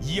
以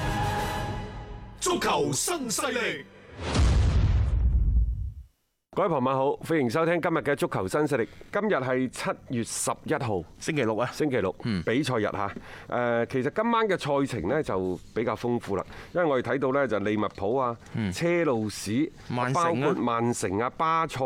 足球新勢力，各位朋友好，歡迎收聽今日嘅足球新勢力。今日係七月十一號，星期六啊，星期六，比賽日嚇。誒，其實今晚嘅賽程呢就比較豐富啦，因為我哋睇到呢就利物浦啊、車路士、嗯曼城包啊括曼城啊、巴塞。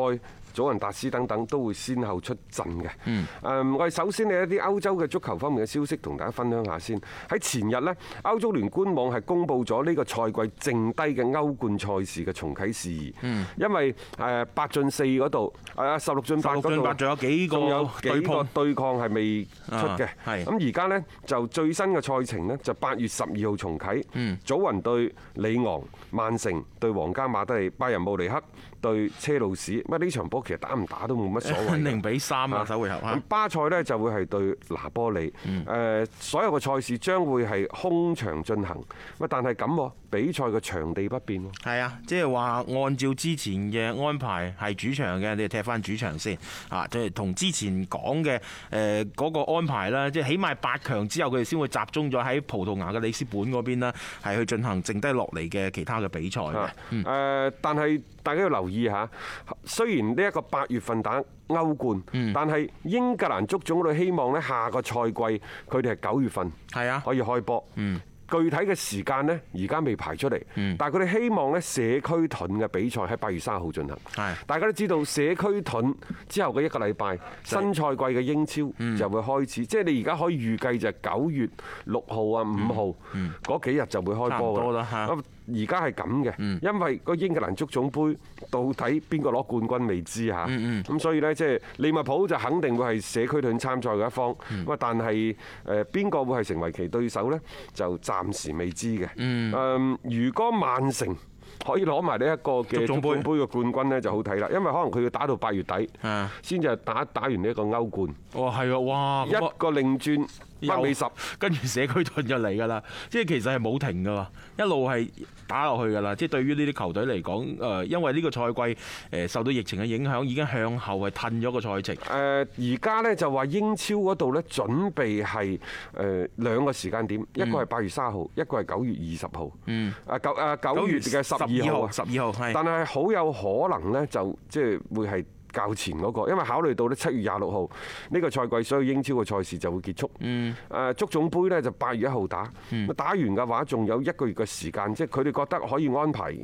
祖雲達斯等等都會先後出陣嘅。嗯誒，我哋首先係一啲歐洲嘅足球方面嘅消息，同大家分享下先。喺前日呢，歐足聯官網係公布咗呢個賽季剩低嘅歐冠賽事嘅重啟事宜。嗯因為誒八進四嗰度，誒十六進八嗰度，啊16進八仲有幾個仲有幾對個碰對抗係未出嘅啊。係咁而家呢，就最新嘅賽程呢，就八月十二號重啟。祖雲對里昂，曼城對皇家馬德里，拜仁慕尼黑對車路士。乜呢場波其實打唔打都冇乜所 謂嘅。零比三啊，首回合咁啊，巴塞呢就會係對拿波里，誒所有嘅賽事將會係空場進行，咁但係咁喎比賽嘅場地不變喎，係啊，即係話按照之前嘅安排係主場嘅，你哋踢翻主場先啊，即係同之前講嘅誒嗰個安排啦，即係起碼八強之後佢哋先會集中咗喺葡萄牙嘅里斯本嗰邊啦，係去進行剩低落嚟嘅其他嘅比賽嘅嗯啊。誒但係大家要留意下，雖然呢一個八月份打歐冠，嗯但係英格蘭足總佢希望呢下個賽季佢哋係九月份。係啊，可以開波。具體嘅時間呢，而家未排出嚟，嗯但係佢哋希望呢社區盾嘅比賽喺八月三號進行。係大家都知道社區盾之後嘅一個禮拜，新賽季嘅英超嗯就會開始，即係你而家可以預計就係九月六號啊、五號嗰幾日就會開波㗎嗯差唔多啦嚇咁而家係咁嘅，因為個英格蘭足總杯到底邊個攞冠軍未知嚇，咁所以呢，即係利物浦就肯定會係社區盾參賽嘅一方，咁啊但係誒邊個會係成為其對手呢？就暫時未知嘅。誒，如果曼城可以攞埋呢一個嘅足足總總杯杯嘅冠軍呢，就好睇啦，因為可能佢要打到八月底啊先至係打打完呢一個歐冠，哇係啊，哇一咁啊個另轉北美十。 跟住社區盾就嚟㗎啦，即係其實係冇停㗎嘛，一路係打落去㗎啦。即係對於呢啲球隊嚟講，誒，因為呢個賽季誒受到疫情嘅影響，已經向後係褪咗個賽程。誒呃而家呢就話英超嗰度呢，準備係誒兩個時間點，一個係八月三號，一個係九月二十號。嗯。啊九啊九月嘅十二號啊十二號係但係好有可能呢，就即係會係較前嗰個，因為考慮到呢七月廿六號呢個賽季所有英超嘅賽事就會結束。嗯。誒足總杯呢，就八月一號打，打完嘅話仲有一個月嘅時間，即係佢哋覺得可以安排。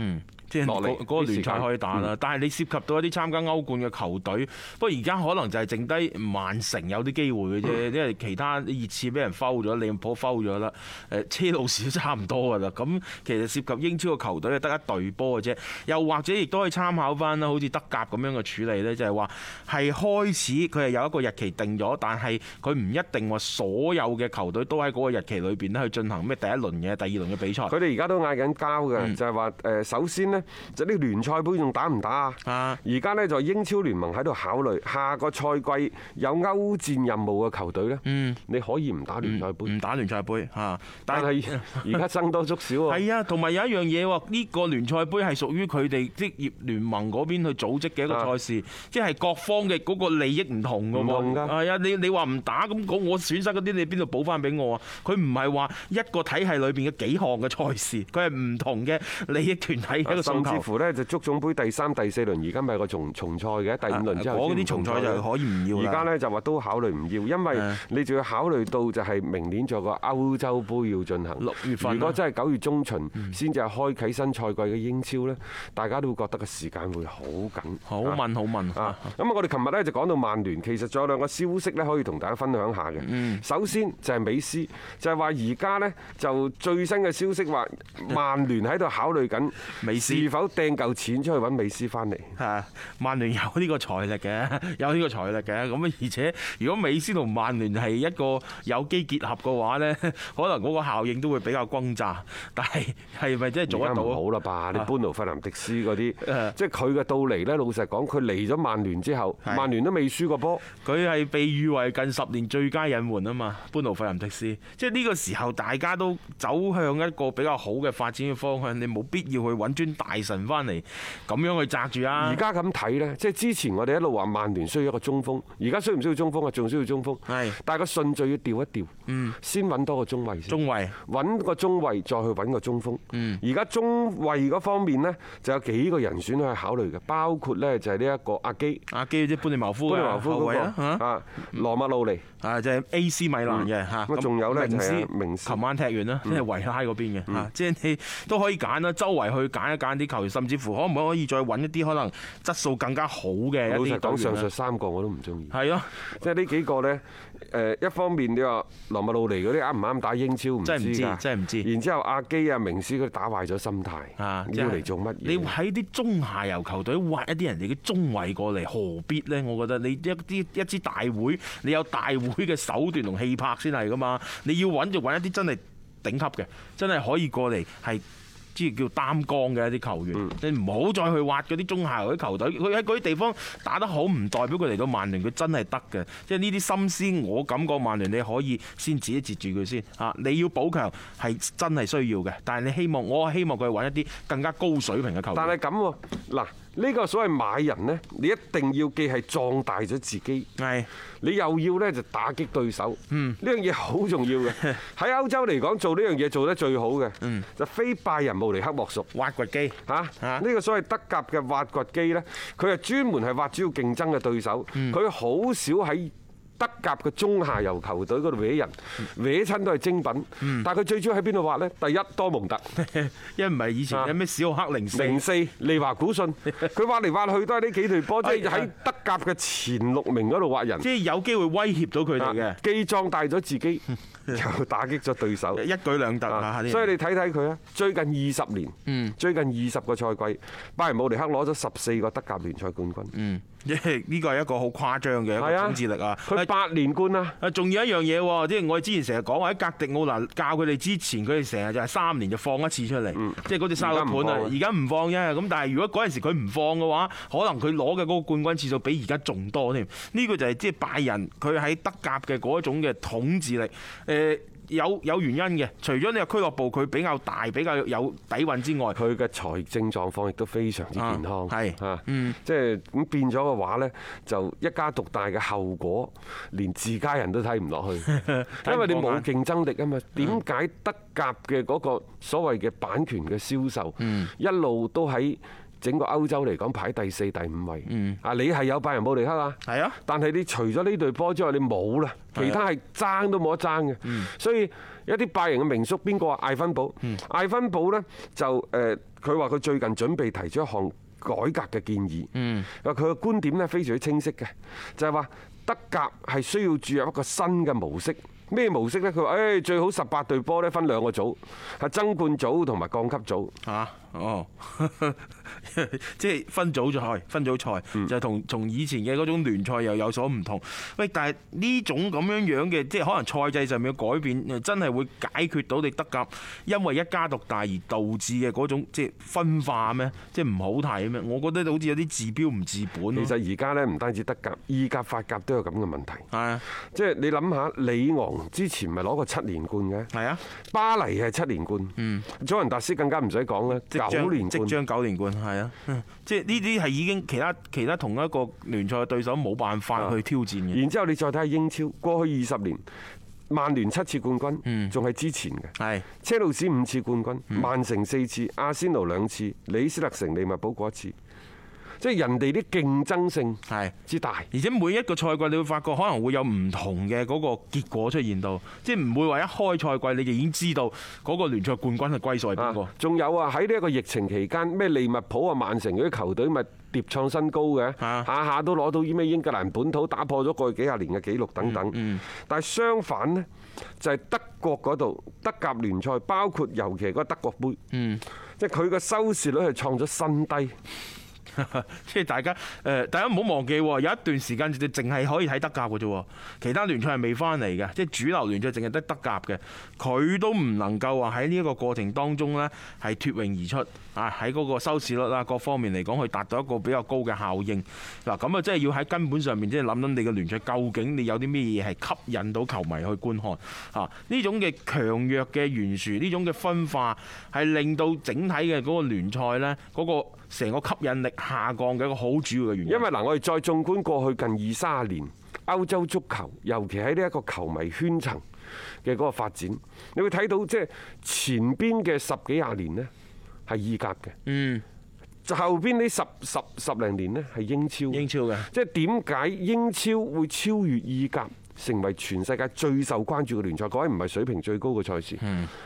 嗯，即係落嚟嗰嗰個聯賽可以打嗯啦。但係你涉及到一啲參加歐冠嘅球隊，不過而家可能就係剩低曼城有啲機會嘅嗯啫，因為其他熱刺俾人 foul 咗，利物浦 foul 咗啦，誒車路士都差唔多㗎啦。咁其實涉及英超嘅球隊就得一隊波嘅啫，又或者亦都可以參考翻啦，好似德甲咁樣嘅處理呢，就係話係開始佢係有一個日期定咗，但係佢唔一定話所有嘅球隊都喺嗰個日期裏邊咧去進行咩第一輪嘅、第二輪嘅比賽。佢哋而家都嗌緊交嘅，就係話誒，首先呢，就呢個聯賽杯仲打唔打啊？啊而家呢，就英超聯盟喺度考慮下個賽季有歐戰任務嘅球隊呢，嗯你可以唔打聯賽杯唔，打聯賽杯嚇，但係而家僧多粥少喎。 係啊，同埋有一樣嘢喎，呢個聯賽杯係屬於佢哋職業聯盟嗰邊去組織嘅一個賽事，即係各方嘅嗰個利益唔同嘅啊唔同喎。㗎係啊，你你話唔打咁，我我損失嗰啲你邊度補翻俾我啊？佢唔係話一個體系裏邊嘅幾項嘅賽事，佢係唔同嘅利益團體嘅一個訴啊甚至求。乎呢，就足總杯第三、第四輪，而家咪有個重重賽嘅，第五輪之後啊嗰先啲重重賽賽就可以唔要啦啊而家呢，就話都考慮唔要，因為你仲要考慮到就係明年仲有個歐洲杯要進行。六月份啦啊嗯如果真係九月中旬先至係開啟新賽季嘅英超呢，大家都會覺得個時間會好緊。好問好問啊！咁啊，我哋琴日咧就講到曼聯，其實仲有兩個消息咧可以同大家分享下嗯嘅。首先就係美斯，就係話而家呢，就最新嘅消息話，曼聯喺度考慮緊美斯是否掟嚿錢出去揾美斯翻嚟。嚇，啊曼聯有呢個財力嘅， 有呢個財力嘅。咁而且如果美斯同曼聯係一個有機結合嘅話呢， 可能嗰個效應都會比較轟炸。 但係係咪真係做而得家到唔啊？好啦吧？你啊搬奴費南迪斯嗰啲誒，即係佢嘅到嚟呢，老實講，佢嚟咗曼聯之後，係曼聯都未輸過波。佢係被譽為近十年最佳引援啊嘛，班奴費林迪斯，即係呢個時候大家都走向一個比較好嘅發展嘅方向，你冇必要去揾尊大神翻嚟咁樣去擲住啊而。家咁睇呢，即係之前我哋一路話曼聯需要一個中鋒，而家需唔需要中鋒啊？仲需要中鋒，係嗯但係個順序要調一調，先揾多個中衞先。中衞揾個中衞，再去揾個中鋒。而家中衞嗰方面呢，就有幾個人選去考慮嘅，包括呢就係呢一個阿基、阿啊基即係班尼茅夫潘尼嘅華夫後衞嗰啊個嚇啊，羅麥路尼。啊，就係 AC 米蘭嘅嚇。咁啊仲有呢就係明斯嗯琴晚踢完啦，即係維拉嗰邊嘅嚇，即係你都可以揀啦，周圍去揀一揀啲球員，甚至乎可唔可以再揾一啲可能質素更加好嘅老一啲實講，隊上員述啦。三個我都唔中意。係咯，即係呢幾個呢，誒一方面你話羅麥路尼嗰啲啱唔啱打英超唔知真係唔知㗎，真係唔知然之後阿基啊、明斯佢哋打壞咗心態，啊！即要係嚟做乜嘢？你喺啲中下游球隊挖一啲人哋嘅中衞過嚟，何必呢？我覺得你一啲一支大會，你有大會嘅手段同氣魄先係噶嘛。你要揾就揾一啲真係頂級嘅，真係可以過嚟係。即係叫擔綱嘅一啲球員，你唔好再去挖嗰啲中下游啲球隊，佢喺嗰啲地方打得好，唔代表佢嚟到曼聯佢真係得嘅。即係呢啲心思，我感覺曼聯你可以先自己截住佢先啊！你要補強係真係需要嘅，但係你希望我希望佢揾一啲更加高水平嘅球員。但係咁喎，嗱呢個所謂買人呢，你一定要既係壯大咗自己，係你又要呢就打擊對手，呢樣嘢好重要嘅。喺歐洲嚟講，做呢樣嘢做得最好嘅，就非拜仁慕尼黑莫屬。挖掘機嚇！啊呢個所謂德甲嘅挖掘機呢，佢係專門係挖主要競爭嘅對手，佢好少喺德甲嘅中下游球隊嗰度搲人，搲親都係精品。但係佢最主要喺邊度挖呢？第一多蒙特。因為唔係以前有咩小黑零四零四利華古信，佢挖嚟挖去都係呢幾隊波，即係哎喺德甲嘅前六名嗰度挖人，即係有機會威脅到啊佢哋嘅，既壯大咗自 己，又打擊咗對手。一舉兩得啊！啊呢啲嗯所以你睇睇佢啊，最近二十年，最近二十個賽季，拜仁慕尼黑攞咗十四個德甲聯賽冠軍， 即係呢個係一個好誇張嘅一係個統治力啊！佢八連冠啊！啊，仲有一樣嘢喎，即係我哋之前成日講話喺格迪奧拿教佢哋之前，佢哋成日就係三年就放一次出嚟，即係嗰隻沙律而盤家唔放啊啊。嗯而家唔放啫，咁但係如果嗰陣時佢唔放嘅話，可能佢攞嘅嗰個冠軍次數比而家仲多添。呢個就係即係拜仁佢喺德甲嘅嗰種嘅統治力，誒有有原因嘅。除咗你話俱樂部佢比較大、比較有底韻之外，佢嘅財政狀況亦都非常之健康，啊係啊，即係咁變咗嘅話呢，就一家獨大嘅後果，連自家人都睇唔落去， 因為你冇競爭力啊嗯嘛。點解德甲嘅嗰個所謂嘅版權嘅銷售，嗯一路都喺整個歐洲嚟講排第四、第五位？啊，你係有拜仁慕尼黑啊？嗯係啊。但係你除咗呢隊波之外，你冇啦，其他係爭都冇得爭嘅。所以一啲拜仁嘅名宿邊個啊？艾芬堡，艾芬堡呢，就誒，佢話佢最近準備提出一項改革嘅建議。話佢嘅觀點呢，非常之清晰嘅，就係話德甲係需要注入一個新嘅模式。咩模式呢？佢話：誒最好十八隊波呢，分兩個組，係爭冠組同埋降級組。嚇、哦， 即係分組賽，分組賽、嗯就同從以前嘅嗰種聯賽又有所唔同。喂，但係呢種咁樣樣嘅，即係可能賽制上面嘅改變，呃真係會解決到你德甲因為一家獨大而導致嘅嗰種即係分化咩？即係唔好睇咩？我覺得好似有啲治標唔治本咯。其實而家呢，唔單止德甲、意甲、法甲都有咁嘅問題。係啊，即係你諗下，里昂之前咪攞過七連冠嘅，係啊，巴黎係七連冠，祖雲達斯更加唔使講啦，嗯即將九連即冠。將九連冠，係啊，即係呢啲係已經其他其他同啊一個聯賽嘅對手冇辦法去挑戰嘅。然之後你再睇下英超，過去二十年曼聯七次冠嗯軍，仲係之前嘅。係車路士五次冠軍，嗯曼城四次，阿仙奴兩次，李斯特城、利物浦嗰一次，即係人哋啲競爭性係。之大。而且每一個賽季，你會發覺可能會有唔同嘅嗰個結果出現到，即係唔會話一開賽季你就已經知道嗰個聯賽冠軍係歸屬係邊啊個。仲有啊！喺呢一個疫情期間，咩利物浦啊、曼城嗰啲球隊咪疊創新高嘅，啊下下都攞到咩英格蘭本土打破咗過去幾廿年嘅紀錄等等。但係相反呢，就係德國嗰度德甲聯賽，包括尤其係嗰個德國杯，即係佢個收視率係創咗新低。 即係大家誒，大家唔好忘記喎，有一段時間你淨係可以睇德甲嘅啫喎，其他聯賽係未翻嚟嘅，即係主流聯賽淨係得德甲嘅，佢都唔能夠話喺呢一個過程當中呢係脱穎而出啊！喺嗰個收視率啊各方面嚟講，去達到一個比較高嘅效應。嗱，咁啊，即係要喺根本上面，即係諗諗你嘅聯賽究竟你有啲咩嘢係吸引到球迷去觀看啊？呢種嘅強弱嘅懸殊，呢種嘅分化，係令到整體嘅嗰個聯賽呢，嗰個成個吸引力下降嘅一個好主要嘅原因。因為嗱，我哋再縱觀過去近二三十年歐洲足球，尤其喺呢一個球迷圈層嘅嗰個發展，你會睇到即係前邊嘅十幾廿年呢係意甲嘅，嗯，就後邊呢十十十零年呢係英超，英超嘅即係點解英超會超越意甲？成為全世界最受關注嘅聯賽，嗰位唔係水平最高嘅賽事，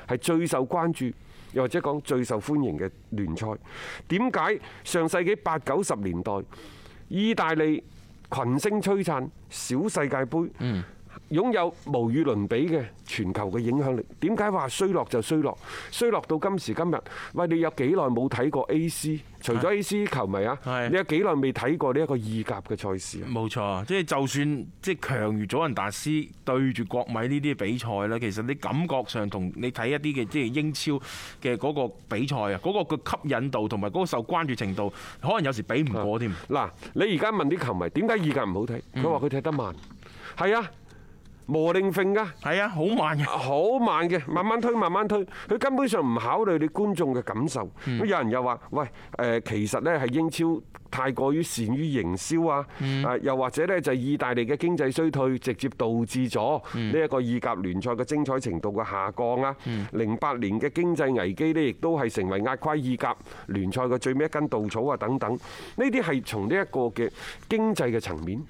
係最受關注，又或者講最受歡迎嘅聯賽。點解上世紀八九十年代意大利群星璀璨小世界盃，擁有無與倫比嘅全球嘅影響力？點解話衰落就衰落？衰落到今時今日，喂，你有幾耐冇睇過 AC？除咗 AC 球迷啊，係你有幾耐未睇過呢一個意甲嘅賽事啊？冇錯，即係就算即係強如祖雲達斯對住國米呢啲比賽咧，其實你感覺上同你睇一啲嘅即係英超嘅嗰個比賽啊，嗰、個嘅吸引度同埋嗰個受關注程度，可能有時比唔過添。嗱，你而家問啲球迷點解意甲唔好睇？佢話佢踢得慢，係啊，磨令揈噶。係啊，好慢嘅。好慢嘅，慢慢推，慢慢推。佢根本上唔考慮你觀眾嘅感受。咁有人又話：喂，誒，其實呢係英超太過於善於營銷啊，啊，又或者呢就係意大利嘅經濟衰退直接導致咗呢一個意甲聯賽嘅精彩程度嘅下降啊。零八年嘅經濟危機呢，亦都係成為壓垮意甲聯賽嘅最尾一根稻草啊，等等。呢啲係從呢一個嘅經濟嘅層面。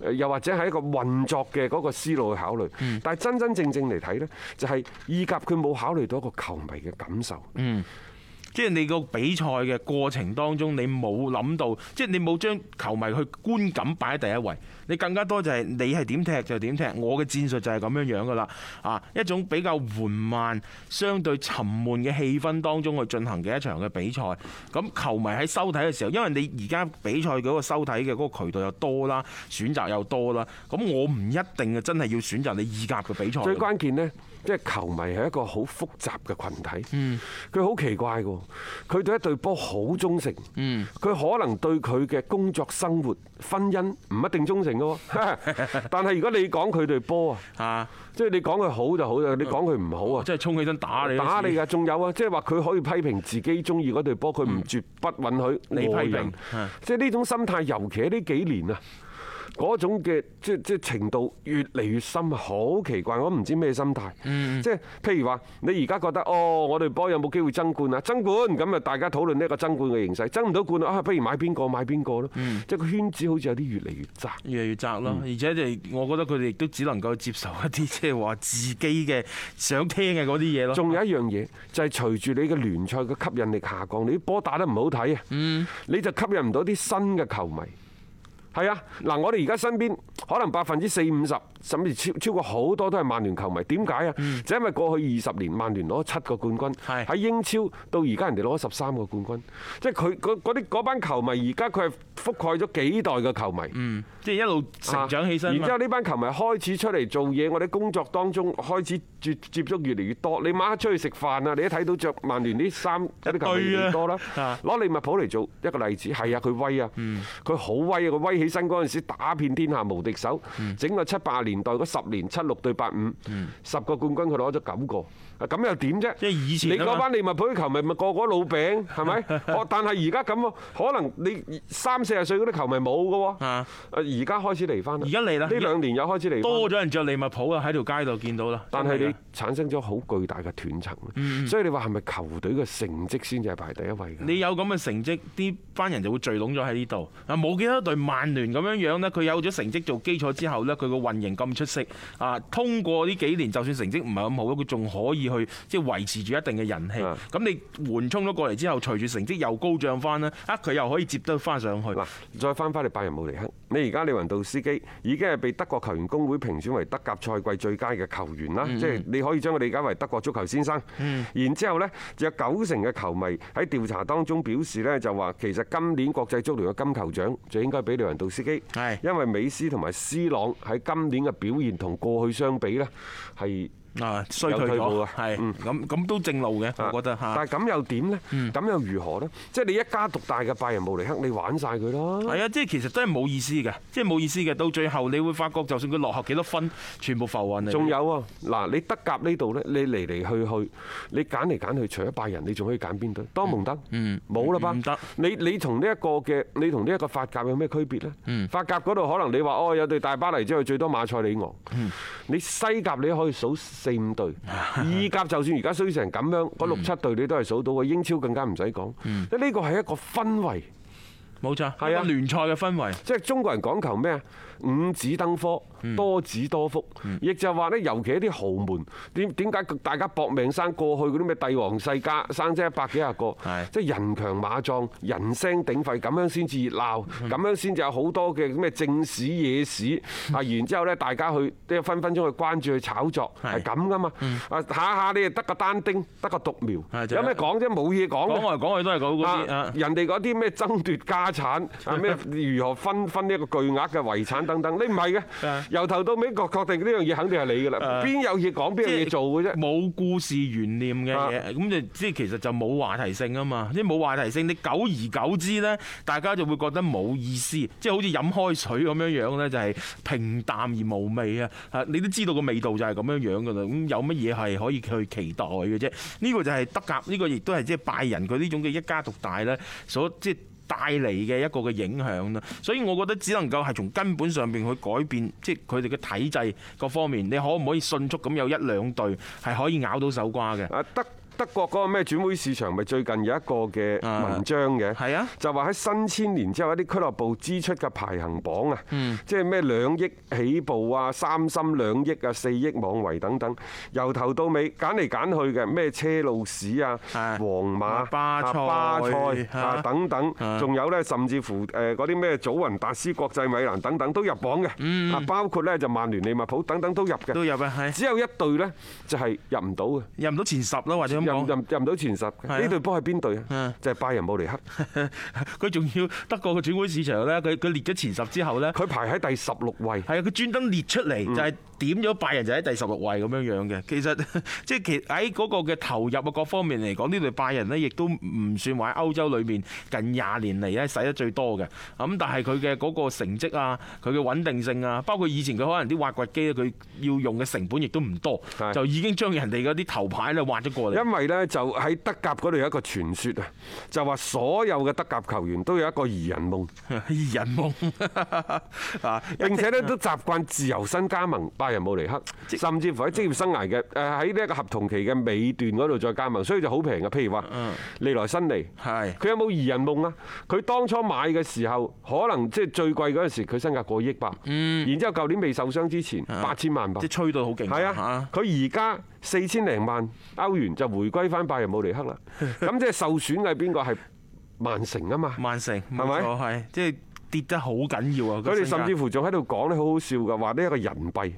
誒又或者係一個運作嘅嗰個思路去考慮，但係真真正正嚟睇呢，就係意甲佢冇考慮到一個球迷嘅感受，即係你個比賽嘅過程當中，你冇諗到，即係你冇將球迷去觀感擺喺第一位，你更加多就係你係點踢就點踢，我嘅戰術就係咁樣樣噶啦，啊一種比較緩慢、相對沉悶嘅氣氛當中去進行嘅一場嘅比賽。咁球迷喺收睇嘅時候，因為你而家比賽嗰個收睇嘅嗰個渠道又多啦，選擇又多啦，咁我唔一定真係要選擇你意甲嘅比賽。最關鍵呢，即係球迷係一個好複雜嘅群體，佢好奇怪嘅，佢對一隊波好忠誠，佢可能對佢嘅工作、生活、婚姻唔一定忠誠嘅喎，但係如果你講佢對波啊，啊，即係你講佢好就好啦，你講佢唔好啊即。係衝起身打你。打你㗎，仲有啊，即係話佢可以批評自己中意嗰隊波，佢唔絕不允許嗯你批外評啊人係即係呢種心態，尤其喺呢幾年啊。嗰種嘅即即程度越嚟越深，好奇怪，我唔知咩心態。嗯即係譬如話，你而家覺得哦，我哋波有冇機會爭冠啊？爭冠咁啊，大家討論呢一個爭冠嘅形勢。爭唔到冠啊，不如買邊個買邊個咯。嗯即係個圈子好似有啲越嚟越窄。越嚟越窄嗯咯，而且就我覺得佢哋亦都只能夠接受一啲 即係話自己嘅想聽嘅嗰啲嘢咯。仲有一樣嘢就係隨住你嘅聯賽嘅吸引力下降，你啲波打得唔好睇啊，嗯你就吸引唔到啲新嘅球迷。係啊，嗱，我哋而家身邊可能百分之四五十，甚至超超過好多都係曼聯球迷。點解啊？就因為過去二十年曼聯攞咗七個冠軍，嗯係喺英超到而家人哋攞咗十三個冠軍，即係佢嗰嗰啲嗰班球迷而家佢係覆蓋咗幾代嘅球迷。嗯，即係一路成長起身然嘛之後呢班球迷開始出嚟做嘢，我哋工作當中開始接接觸越嚟越多。你晚黑出去食飯啊，你一睇到着曼聯啲衫，有啲球迷越嚟越多啦堆啊。攞利物浦嚟做一個例子，係啊，佢威啊，佢好威啊，佢威起身嗰陣時打遍天下無敵手，整個七八年代嗰十年七六對八五，十個冠軍佢攞咗九個。啊咁又點啫？即係以前你啊嘛嗰班利物浦啲球迷咪個個老餅係 咪？哦但係而家咁喎，可能你三四十歲嗰啲球迷冇嘅喎。啊而家開始嚟翻啦。而家嚟啦呢兩年又開始嚟返多咗人着利物浦啊，喺條街度見到啦。啊但係真你㗎嗯產生咗好巨大嘅斷層，所以你話係咪球隊嘅成績先至係排第一位㗎？你有咁嘅成績，啲班人就會聚攏咗喺呢度。啊，冇幾多隊曼聯咁樣樣呢，佢有咗成績做基礎之後呢，佢個運營咁出色啊，通過呢幾年就算成績唔係咁好佢仲可以去即係維持住一定嘅人氣。啊咁你緩衝咗過嚟之後，隨住成績又高漲翻啦，啊佢又可以接得翻上去。嗱，再翻返嚟拜仁慕尼黑，你而家利雲道司機已經係被德國球員工會評選為德甲賽季最佳嘅球員啦，即係你可以將佢理解為德國足球先生。然之後呢，有九成嘅球迷喺調查當中表示呢，就話其實今年國際足聯嘅金球獎就應該俾利雲道司機係，因為美斯同埋斯朗喺今年嘅表現同過去相比呢，係。啊，衰有退退步咗，啊係嗯啊咁咁都正路嘅，我覺得嚇但。係咁又點呢？咁又如何呢？即係你一家獨大嘅拜仁慕尼黑，你玩晒佢啦。係啊，即係其實真係冇意思嘅，即係冇意思嘅。到最後你會發覺，就算佢落後幾多分，全部浮雲嚟。仲有啊，嗱，你德甲呢度呢，你嚟嚟去去，你揀嚟揀去，除咗拜仁，你仲可以揀邊隊？多蒙德，冇啦吧？嗯唔得你你同呢一個嘅，你同呢一個法甲有咩區別嗯呢？法甲嗰度可能你話哦，有隊大巴黎之後最多馬賽里昂，嗯你西甲你都可以數四五 隊，意甲就算而家衰成咁樣，嗰六七隊你都係數到嘅，英超更加唔使講。嗯呢個係一個氛圍。冇錯，係啊一個聯賽嘅氛圍。即係中國人講求咩啊？五子登科，嗯多子多福，亦就係話呢，尤其一啲豪門點點解大家搏命生過去嗰啲咩帝王世家生啫一百幾廿個係，即係人強馬壯，人聲鼎沸，咁樣先至熱鬧，嗯咁樣先至有好多嘅咩正史野史嗯啊！然之後呢，大家去即係分分鐘去關注去炒作，係嗯係咁噶嘛？啊下下你得個單丁，得個獨苗係，就係有咩講啫？冇嘢講嘅講來講去都係講嗰啲啊啊！人哋嗰啲咩爭奪家產 啊，咩如何分分呢一個巨額嘅遺產等等，你唔係啊嘅，由頭到尾確確定呢樣嘢肯定係你㗎啦，邊有嘢講邊有嘢做嘅啫。冇故事懸念嘅嘢，咁就即係其實就冇話題性啊嘛，即係冇話題性，你久而久之呢，大家就會覺得冇意思，即係好似飲開水咁樣樣呢，就係平淡而無味啊！啊你都知道個味道就係咁樣樣噶啦，咁有乜嘢係可以去期待嘅啫？呢個就係德甲，呢個亦都係即係拜仁佢呢種嘅一家獨大呢，所即係。帶嚟嘅一個嘅影響啦，所以我覺得只能夠係從根本上邊去改變，即係佢哋嘅體制各方面，你可唔可以迅速咁有一兩隊係可以咬到手瓜嘅？啊德德國嗰個咩轉會市場咪最近有一個嘅啊文章嘅，係啊就話喺新千年之後一啲俱樂部支出嘅排行榜啊，即係咩兩億起步啊、三心兩億啊、四億妄為等等，由頭到尾揀嚟揀去嘅咩車路士啊、啊皇馬、巴塞巴塞啊啊等等啊，仲有呢，甚至乎誒嗰啲咩祖雲達斯、國際米蘭等等都入榜嘅，啊包括呢就曼聯、利物浦等等都入嘅，都入啊，係只有一隊呢，就係入唔到嘅。入唔到前十啦，或者咁入講， 入入唔到前十嘅，啊呢隊波係邊隊啊啊？就係拜仁慕 尼黑，佢仲要德國嘅轉會市場呢，佢佢列咗前十之後呢。佢嗯排喺第十六位。係啊，佢專登列出嚟就係點咗拜仁就喺第十六位咁樣樣嘅。其實 即係其喺嗰個嘅投入啊各方面嚟講，呢隊拜仁呢亦都唔算話喺歐洲裏面近廿年嚟咧使得最多嘅。咁但係佢嘅嗰個成績啊，佢嘅穩定性啊，包括以前佢可能啲挖掘機啊咧，佢要用嘅成本亦都唔多，係就已經將人哋嗰啲頭牌咧挖咗過嚟。因為呢，就喺德甲嗰度有一個傳說啊，就話所有嘅德甲球員都有一個疑人 夢，人夢 啊！並且呢都習慣自由身加盟拜仁慕尼黑，甚至啊乎喺職業生涯嘅誒喺呢一個合同期嘅尾段嗰度再加盟，所以就好平嘅。譬如話利來新尼，啊係佢有冇疑人夢啊？佢當初買嘅時候，可能即係最貴嗰陣時，佢身價過億吧。嗯然之後舊年未受傷之前，啊八千萬吧即係。吹到好勁係啊，佢而家四千零萬歐元就回歸翻拜仁慕尼黑 啦。咁即係受損嘅係邊個係曼城啊 嘛？曼城係係咪係即係跌得好緊要啊！個佢哋身價甚至乎仲喺度講咧，好好笑嘅，話呢一個人幣，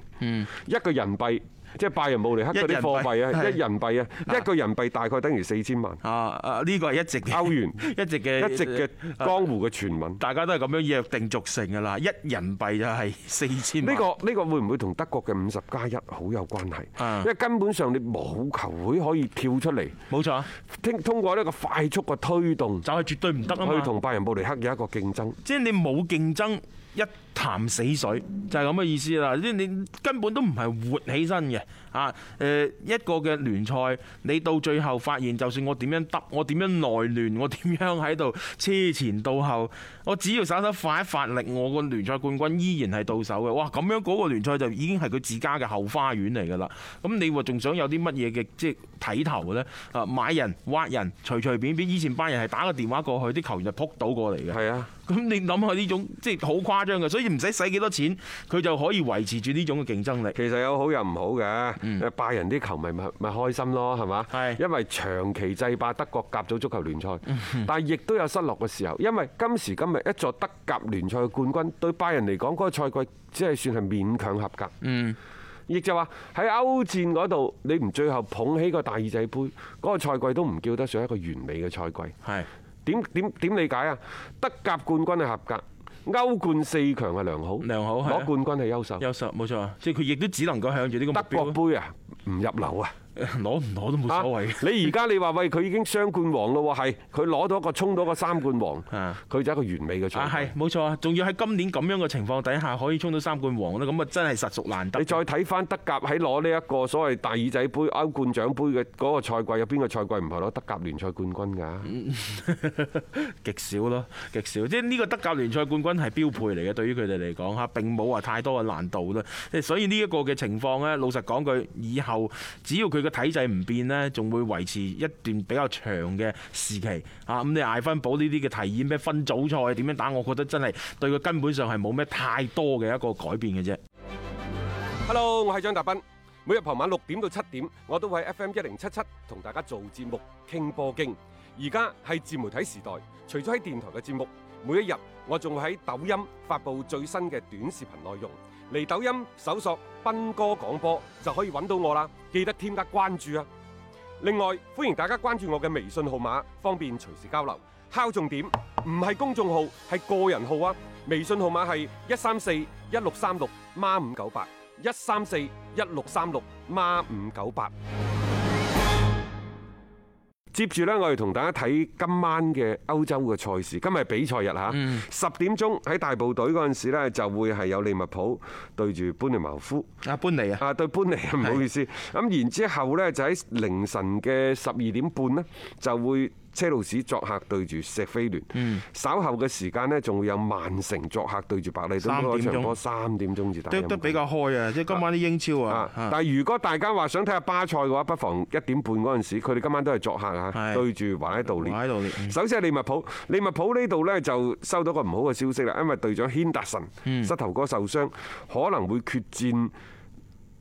一個人幣，即係拜仁慕尼黑嗰啲貨幣一人啊，幣一人幣啊，一個人幣大概等於四千萬啊啊！呢個係一直嘅 歐元， 一直嘅一直嘅江湖嘅傳聞。大家都係咁樣約定俗成㗎啦，一人幣就係四千呢萬。個呢個會唔會同德國嘅五十加一好有關係？啊因為根本上你冇球會可以跳出嚟，冇錯，通通過呢個快速嘅推動，就係絕對唔得啊去嘛！同拜仁慕尼黑有一個競爭。即係你冇競爭，一潭死水，就係咁嘅意思啦。即係你根本都唔係活起身嘅啊！誒一個嘅聯賽，你到最後發現，就算我點樣得，我點樣內亂， 我點樣喺度車前到後，我只要稍稍發一發力，我個聯賽冠軍依然係到手嘅。哇！咁樣嗰個聯賽就已經係佢自家嘅後花園嚟㗎啦。咁你話仲想有啲乜嘢嘅即係睇頭呢？啊，買人、挖人，隨隨便便，以前班人係打個電話過去，啲球員就撲到過嚟嘅。係啊，咁你諗下呢種即係好誇張嘅，所以唔使使幾多錢，佢就可以維持住呢種嘅競爭力。其實有好有唔好嘅。誒拜仁啲球迷咪咪開心咯，係嘛？係因為長期制霸德國甲組足球聯賽，但係亦都有失落嘅時候，因為今時今日一座德甲聯賽嘅冠軍對拜仁嚟講，嗰個賽季只係算係勉強合格。嗯，亦就話喺歐戰嗰度，你唔最後捧起個大耳仔杯，嗰、個賽季都唔叫得上一個完美嘅賽季。係點點點理解啊？德甲冠軍係合格，歐冠四強係良好，良好係啊攞冠軍係優秀。優秀冇錯啊，即係佢亦都只能夠向住呢個德國目標杯啊，唔入流啊！ 攞唔攞都冇所謂嘅。 啊你而家你話喂佢已經雙冠王咯喎，係佢攞到一個衝到一個三冠王啊，佢就一個完美嘅啊，賽係季。冇錯啊！仲要喺今年咁樣嘅情況底下，可以衝到三冠王咧，咁啊真係實屬難得。你再睇翻德甲喺攞呢一個所謂大耳仔杯、歐冠獎杯嘅嗰個賽季，有邊個賽季唔係攞德甲聯賽冠軍㗎？ 極少咯，極少。即係呢個德甲聯賽冠軍係標配嚟嘅，對於佢哋嚟講嚇，並冇話太多嘅難度啦。即係所以呢一個嘅情況呢，老實講句，以後只要佢嘅體制唔變呢，仲會維持一段比較長嘅時期啊。咁你艾芬堡呢啲嘅提議咩分組賽點樣打，我覺得真係對佢根本上係冇咩太多嘅一個改變嘅啫。 Hello，我係張達斌。每日傍晚六點到七點，我都會喺 FM 一零七七同大家做節目傾波經。而家係自媒體時代，除咗喺電台嘅節目，每一日我仲會喺抖音發布最新嘅短視頻內容。嚟抖音搜索斌哥廣播就可以揾到我啦，記得添加關注啊！另外，歡迎大家關注我嘅微信號碼，方便隨時交流。敲重點，唔係公眾號，係個人號啊！微信號碼係一三四一六三六孖五九八，一三四一六三六孖五九八。接住呢，我哋同大家睇今晚嘅歐洲嘅賽事。今日係比賽日嚇，十點鐘喺大部隊嗰陣時呢，就會係有利物浦對住班尼茅夫。阿搬嚟啊，啊，對搬嚟唔好意思。咁然之後呢，就喺凌晨嘅十二點半呢，就會車路士作客對住石飛聯。嗯稍後嘅時間呢，仲會有曼城作客對住白禮頓三點嗰場波，鐘三點鐘至打。都都比較開啊！即係今晚啲英超啊啊，！但係如果大家話想睇下巴塞嘅話，不妨一點半嗰陣時，佢哋今晚都係作客啊，係對住華拉道列。華拉道列嗯首先係利物浦，利物浦呢度呢就收到個唔好嘅消息啦，因為隊長軒達嗯臣膝頭哥受傷，可能會缺戰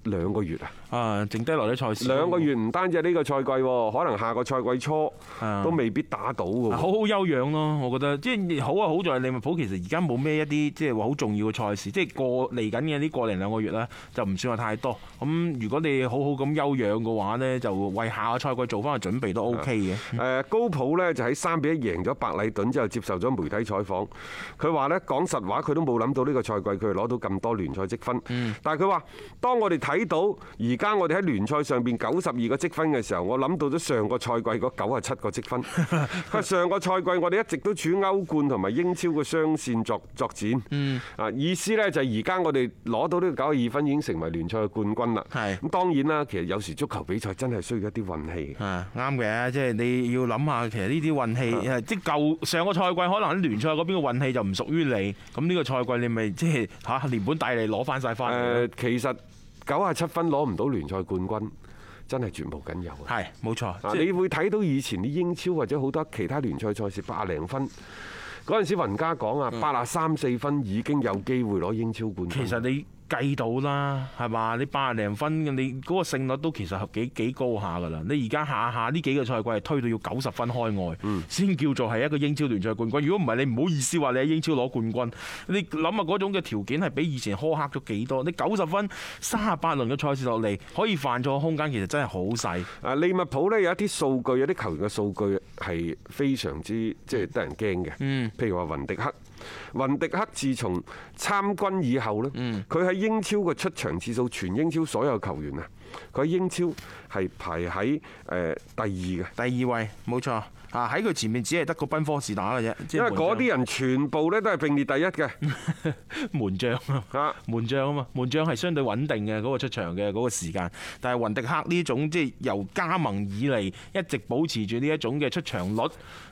兩個月啊。啊，剩低落啲賽事兩個月唔單止係呢個賽季喎，可能下個賽季初啊都未必打到嘅好喎。好休養咯，我覺得即係好啊！好在利物浦其實而家冇咩一啲即係話好重要嘅賽事，即係過嚟緊嘅呢個零兩個月啦，就唔算話太多。咁如果你好好咁休養嘅話呢，就為下個賽季做翻個準備都 OK 嘅。誒高普呢就喺三比一贏咗白禮頓之後，接受咗媒體採訪，佢話呢講實話，佢都冇諗到呢個賽季佢係攞到咁多聯賽積分。但係佢話，當我哋睇到而家我哋喺聯賽上邊九十二個積分嘅時候，我諗到咗上個賽季嗰九啊七個積分。佢話上個賽季我哋一直都處於歐冠同埋英超嘅雙線作作戰。啊，意思呢就係而家我哋攞到呢個九十二分已經成為聯賽嘅冠軍啦。係咁當然啦，其實有時足球比賽真係需要一啲運氣嘅。啊，啱嘅，即係你要諗下，其實呢啲運氣，誒即係舊上個賽季可能喺聯賽嗰邊嘅運氣就唔屬於你，咁呢個賽季你咪即係嚇連本帶利攞翻晒翻嚟咯。誒，呃其實九啊七分攞唔到聯賽冠軍，真係絕無僅有啊！係冇錯，啊 即係你會睇到以前啲英超或者好多其他聯賽賽事八零分，嗰陣時雲家講嗯啊，八啊三四分已經有機會攞英超冠軍。其實你計到啦，係嘛？你八廿零分嘅，你嗰個勝率都其實幾幾高下㗎啦。你而家下下呢幾個賽季係推到要九十分開外，嗯先、叫做係一個英超聯賽冠軍。如果唔係，你唔好意思話你喺英超攞冠軍。你諗下嗰種嘅條件係比以前苛刻咗幾多？你九十分三十八輪嘅賽事落嚟，可以犯錯嘅空間其實真係好細。啊，利物浦呢有一啲數據，有啲球員嘅數據係非常之即係得人驚嗯嘅。譬如話雲迪克，雲迪克自嗯從參軍以後呢，佢喺英超嘅出場次數，全英超所有球員啊，佢喺英超係排喺誒呃第二嘅。第二位冇錯啊！喺佢前面只係得個賓科士打嘅啫，即因係為嗰啲人全部咧都係並列第一 嘅，門將啊啊，門將啊嘛，門將係相對穩定嘅嗰、個出場嘅嗰、個時間。但係雲迪克呢種即係由加盟以嚟一直保持住呢一種嘅出場率，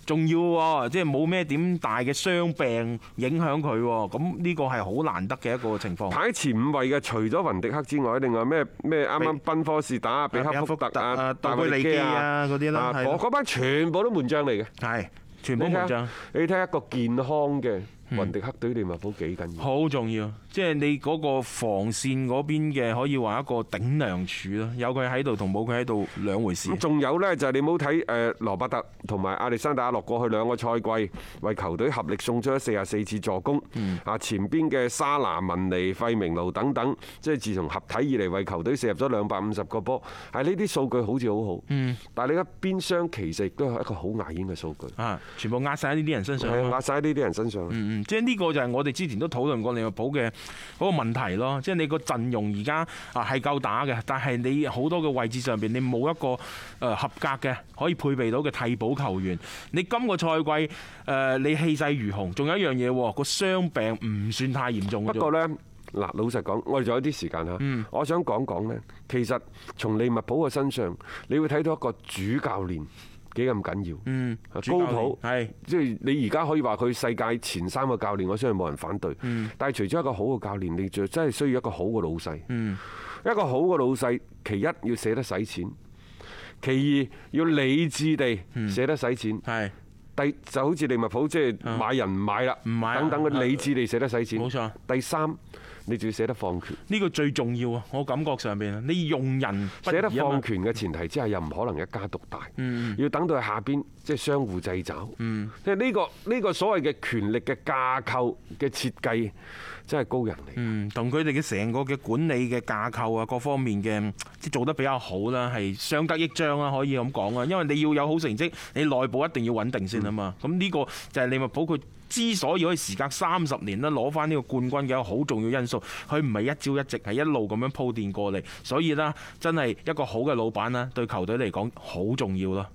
仲要喎，即係冇咩點大嘅傷病影響佢喎。咁呢個係好難得嘅一個情況。排喺前五位嘅，除咗雲迪克之外，另外咩咩啱啱賓科士打、比克福特啊、啊杜貝利基啊嗰啲啦係咯嗰嗰班全部都門將嚟嘅。係全部你睇門下將。你睇下一個健康嘅雲迪克對利物浦幾緊要。好重要，即係你嗰個防線嗰邊嘅可以話一個頂梁柱啦，有佢喺度同冇佢喺度兩回事咁。仲有呢，就係你冇睇誒羅伯特同埋亞歷山大阿洛過去兩個賽季為球隊合力送出咗四十四次助攻，啊前邊嘅沙拿、文尼、費明路等等，即係自從合體以嚟為球隊射入咗兩百五十個波，係呢啲數據好似好好，但係你而家邊廂其實亦都係一個好牙煙嘅數據，啊！全部壓晒喺呢啲人身上啊係啊嘛。壓晒喺呢啲人身上。嗯嗯，即係呢個就係我哋之前都討論過利物浦嘅嗰個問題咯。即係你個陣容而家啊係夠打嘅，但係你好多嘅位置上邊你冇一個誒合格嘅可以配備到嘅替補球員。你今個賽季誒你氣勢如虹，仲有一樣嘢喎，個傷病唔算太嚴重嘅不啫。過呢，嗱老實講，我哋仲有啲時間嚇，嗯我想講講呢，其實從利物浦嘅身上，你會睇到一個主教練幾咁緊要。啊嗯，高普係即係你而家可以話佢世界前三個教練，我相信冇人反對。嗯但係除咗一個好嘅教練，你就真係需要一個好嘅老細。嗯一個好嘅老細，其一要捨得使錢，其二要理智地嗯捨得使錢。係。第就好似利物浦即係買人唔買啦，啊唔買啊等啊等嘅理智地捨得使錢。冇錯。第三，你就要捨得放權。呢個最重要啊！我感覺上邊，你用人不捨得易啊嘛放權嘅前提之下，又唔可能一家獨大，嗯要等到下邊即係相互掣肘。即係呢個呢個所謂嘅權力嘅架構嘅設計，真係啊高人嚟。嗯，同佢哋嘅成個嘅管理嘅架構啊，各方面嘅嗯即係做得比較好啦，係相得益彰啦，可以咁講啊。因為你要有好成績，你內部一定要穩定先啊嘛。咁呢個就係利物浦佢之所以可以時隔三十年啦攞翻呢個冠軍嘅一個好重要因素，佢唔係一朝一夕，係一路咁樣鋪墊過嚟。所以啦，真係一個好嘅老闆啦，對球隊嚟講好重要咯。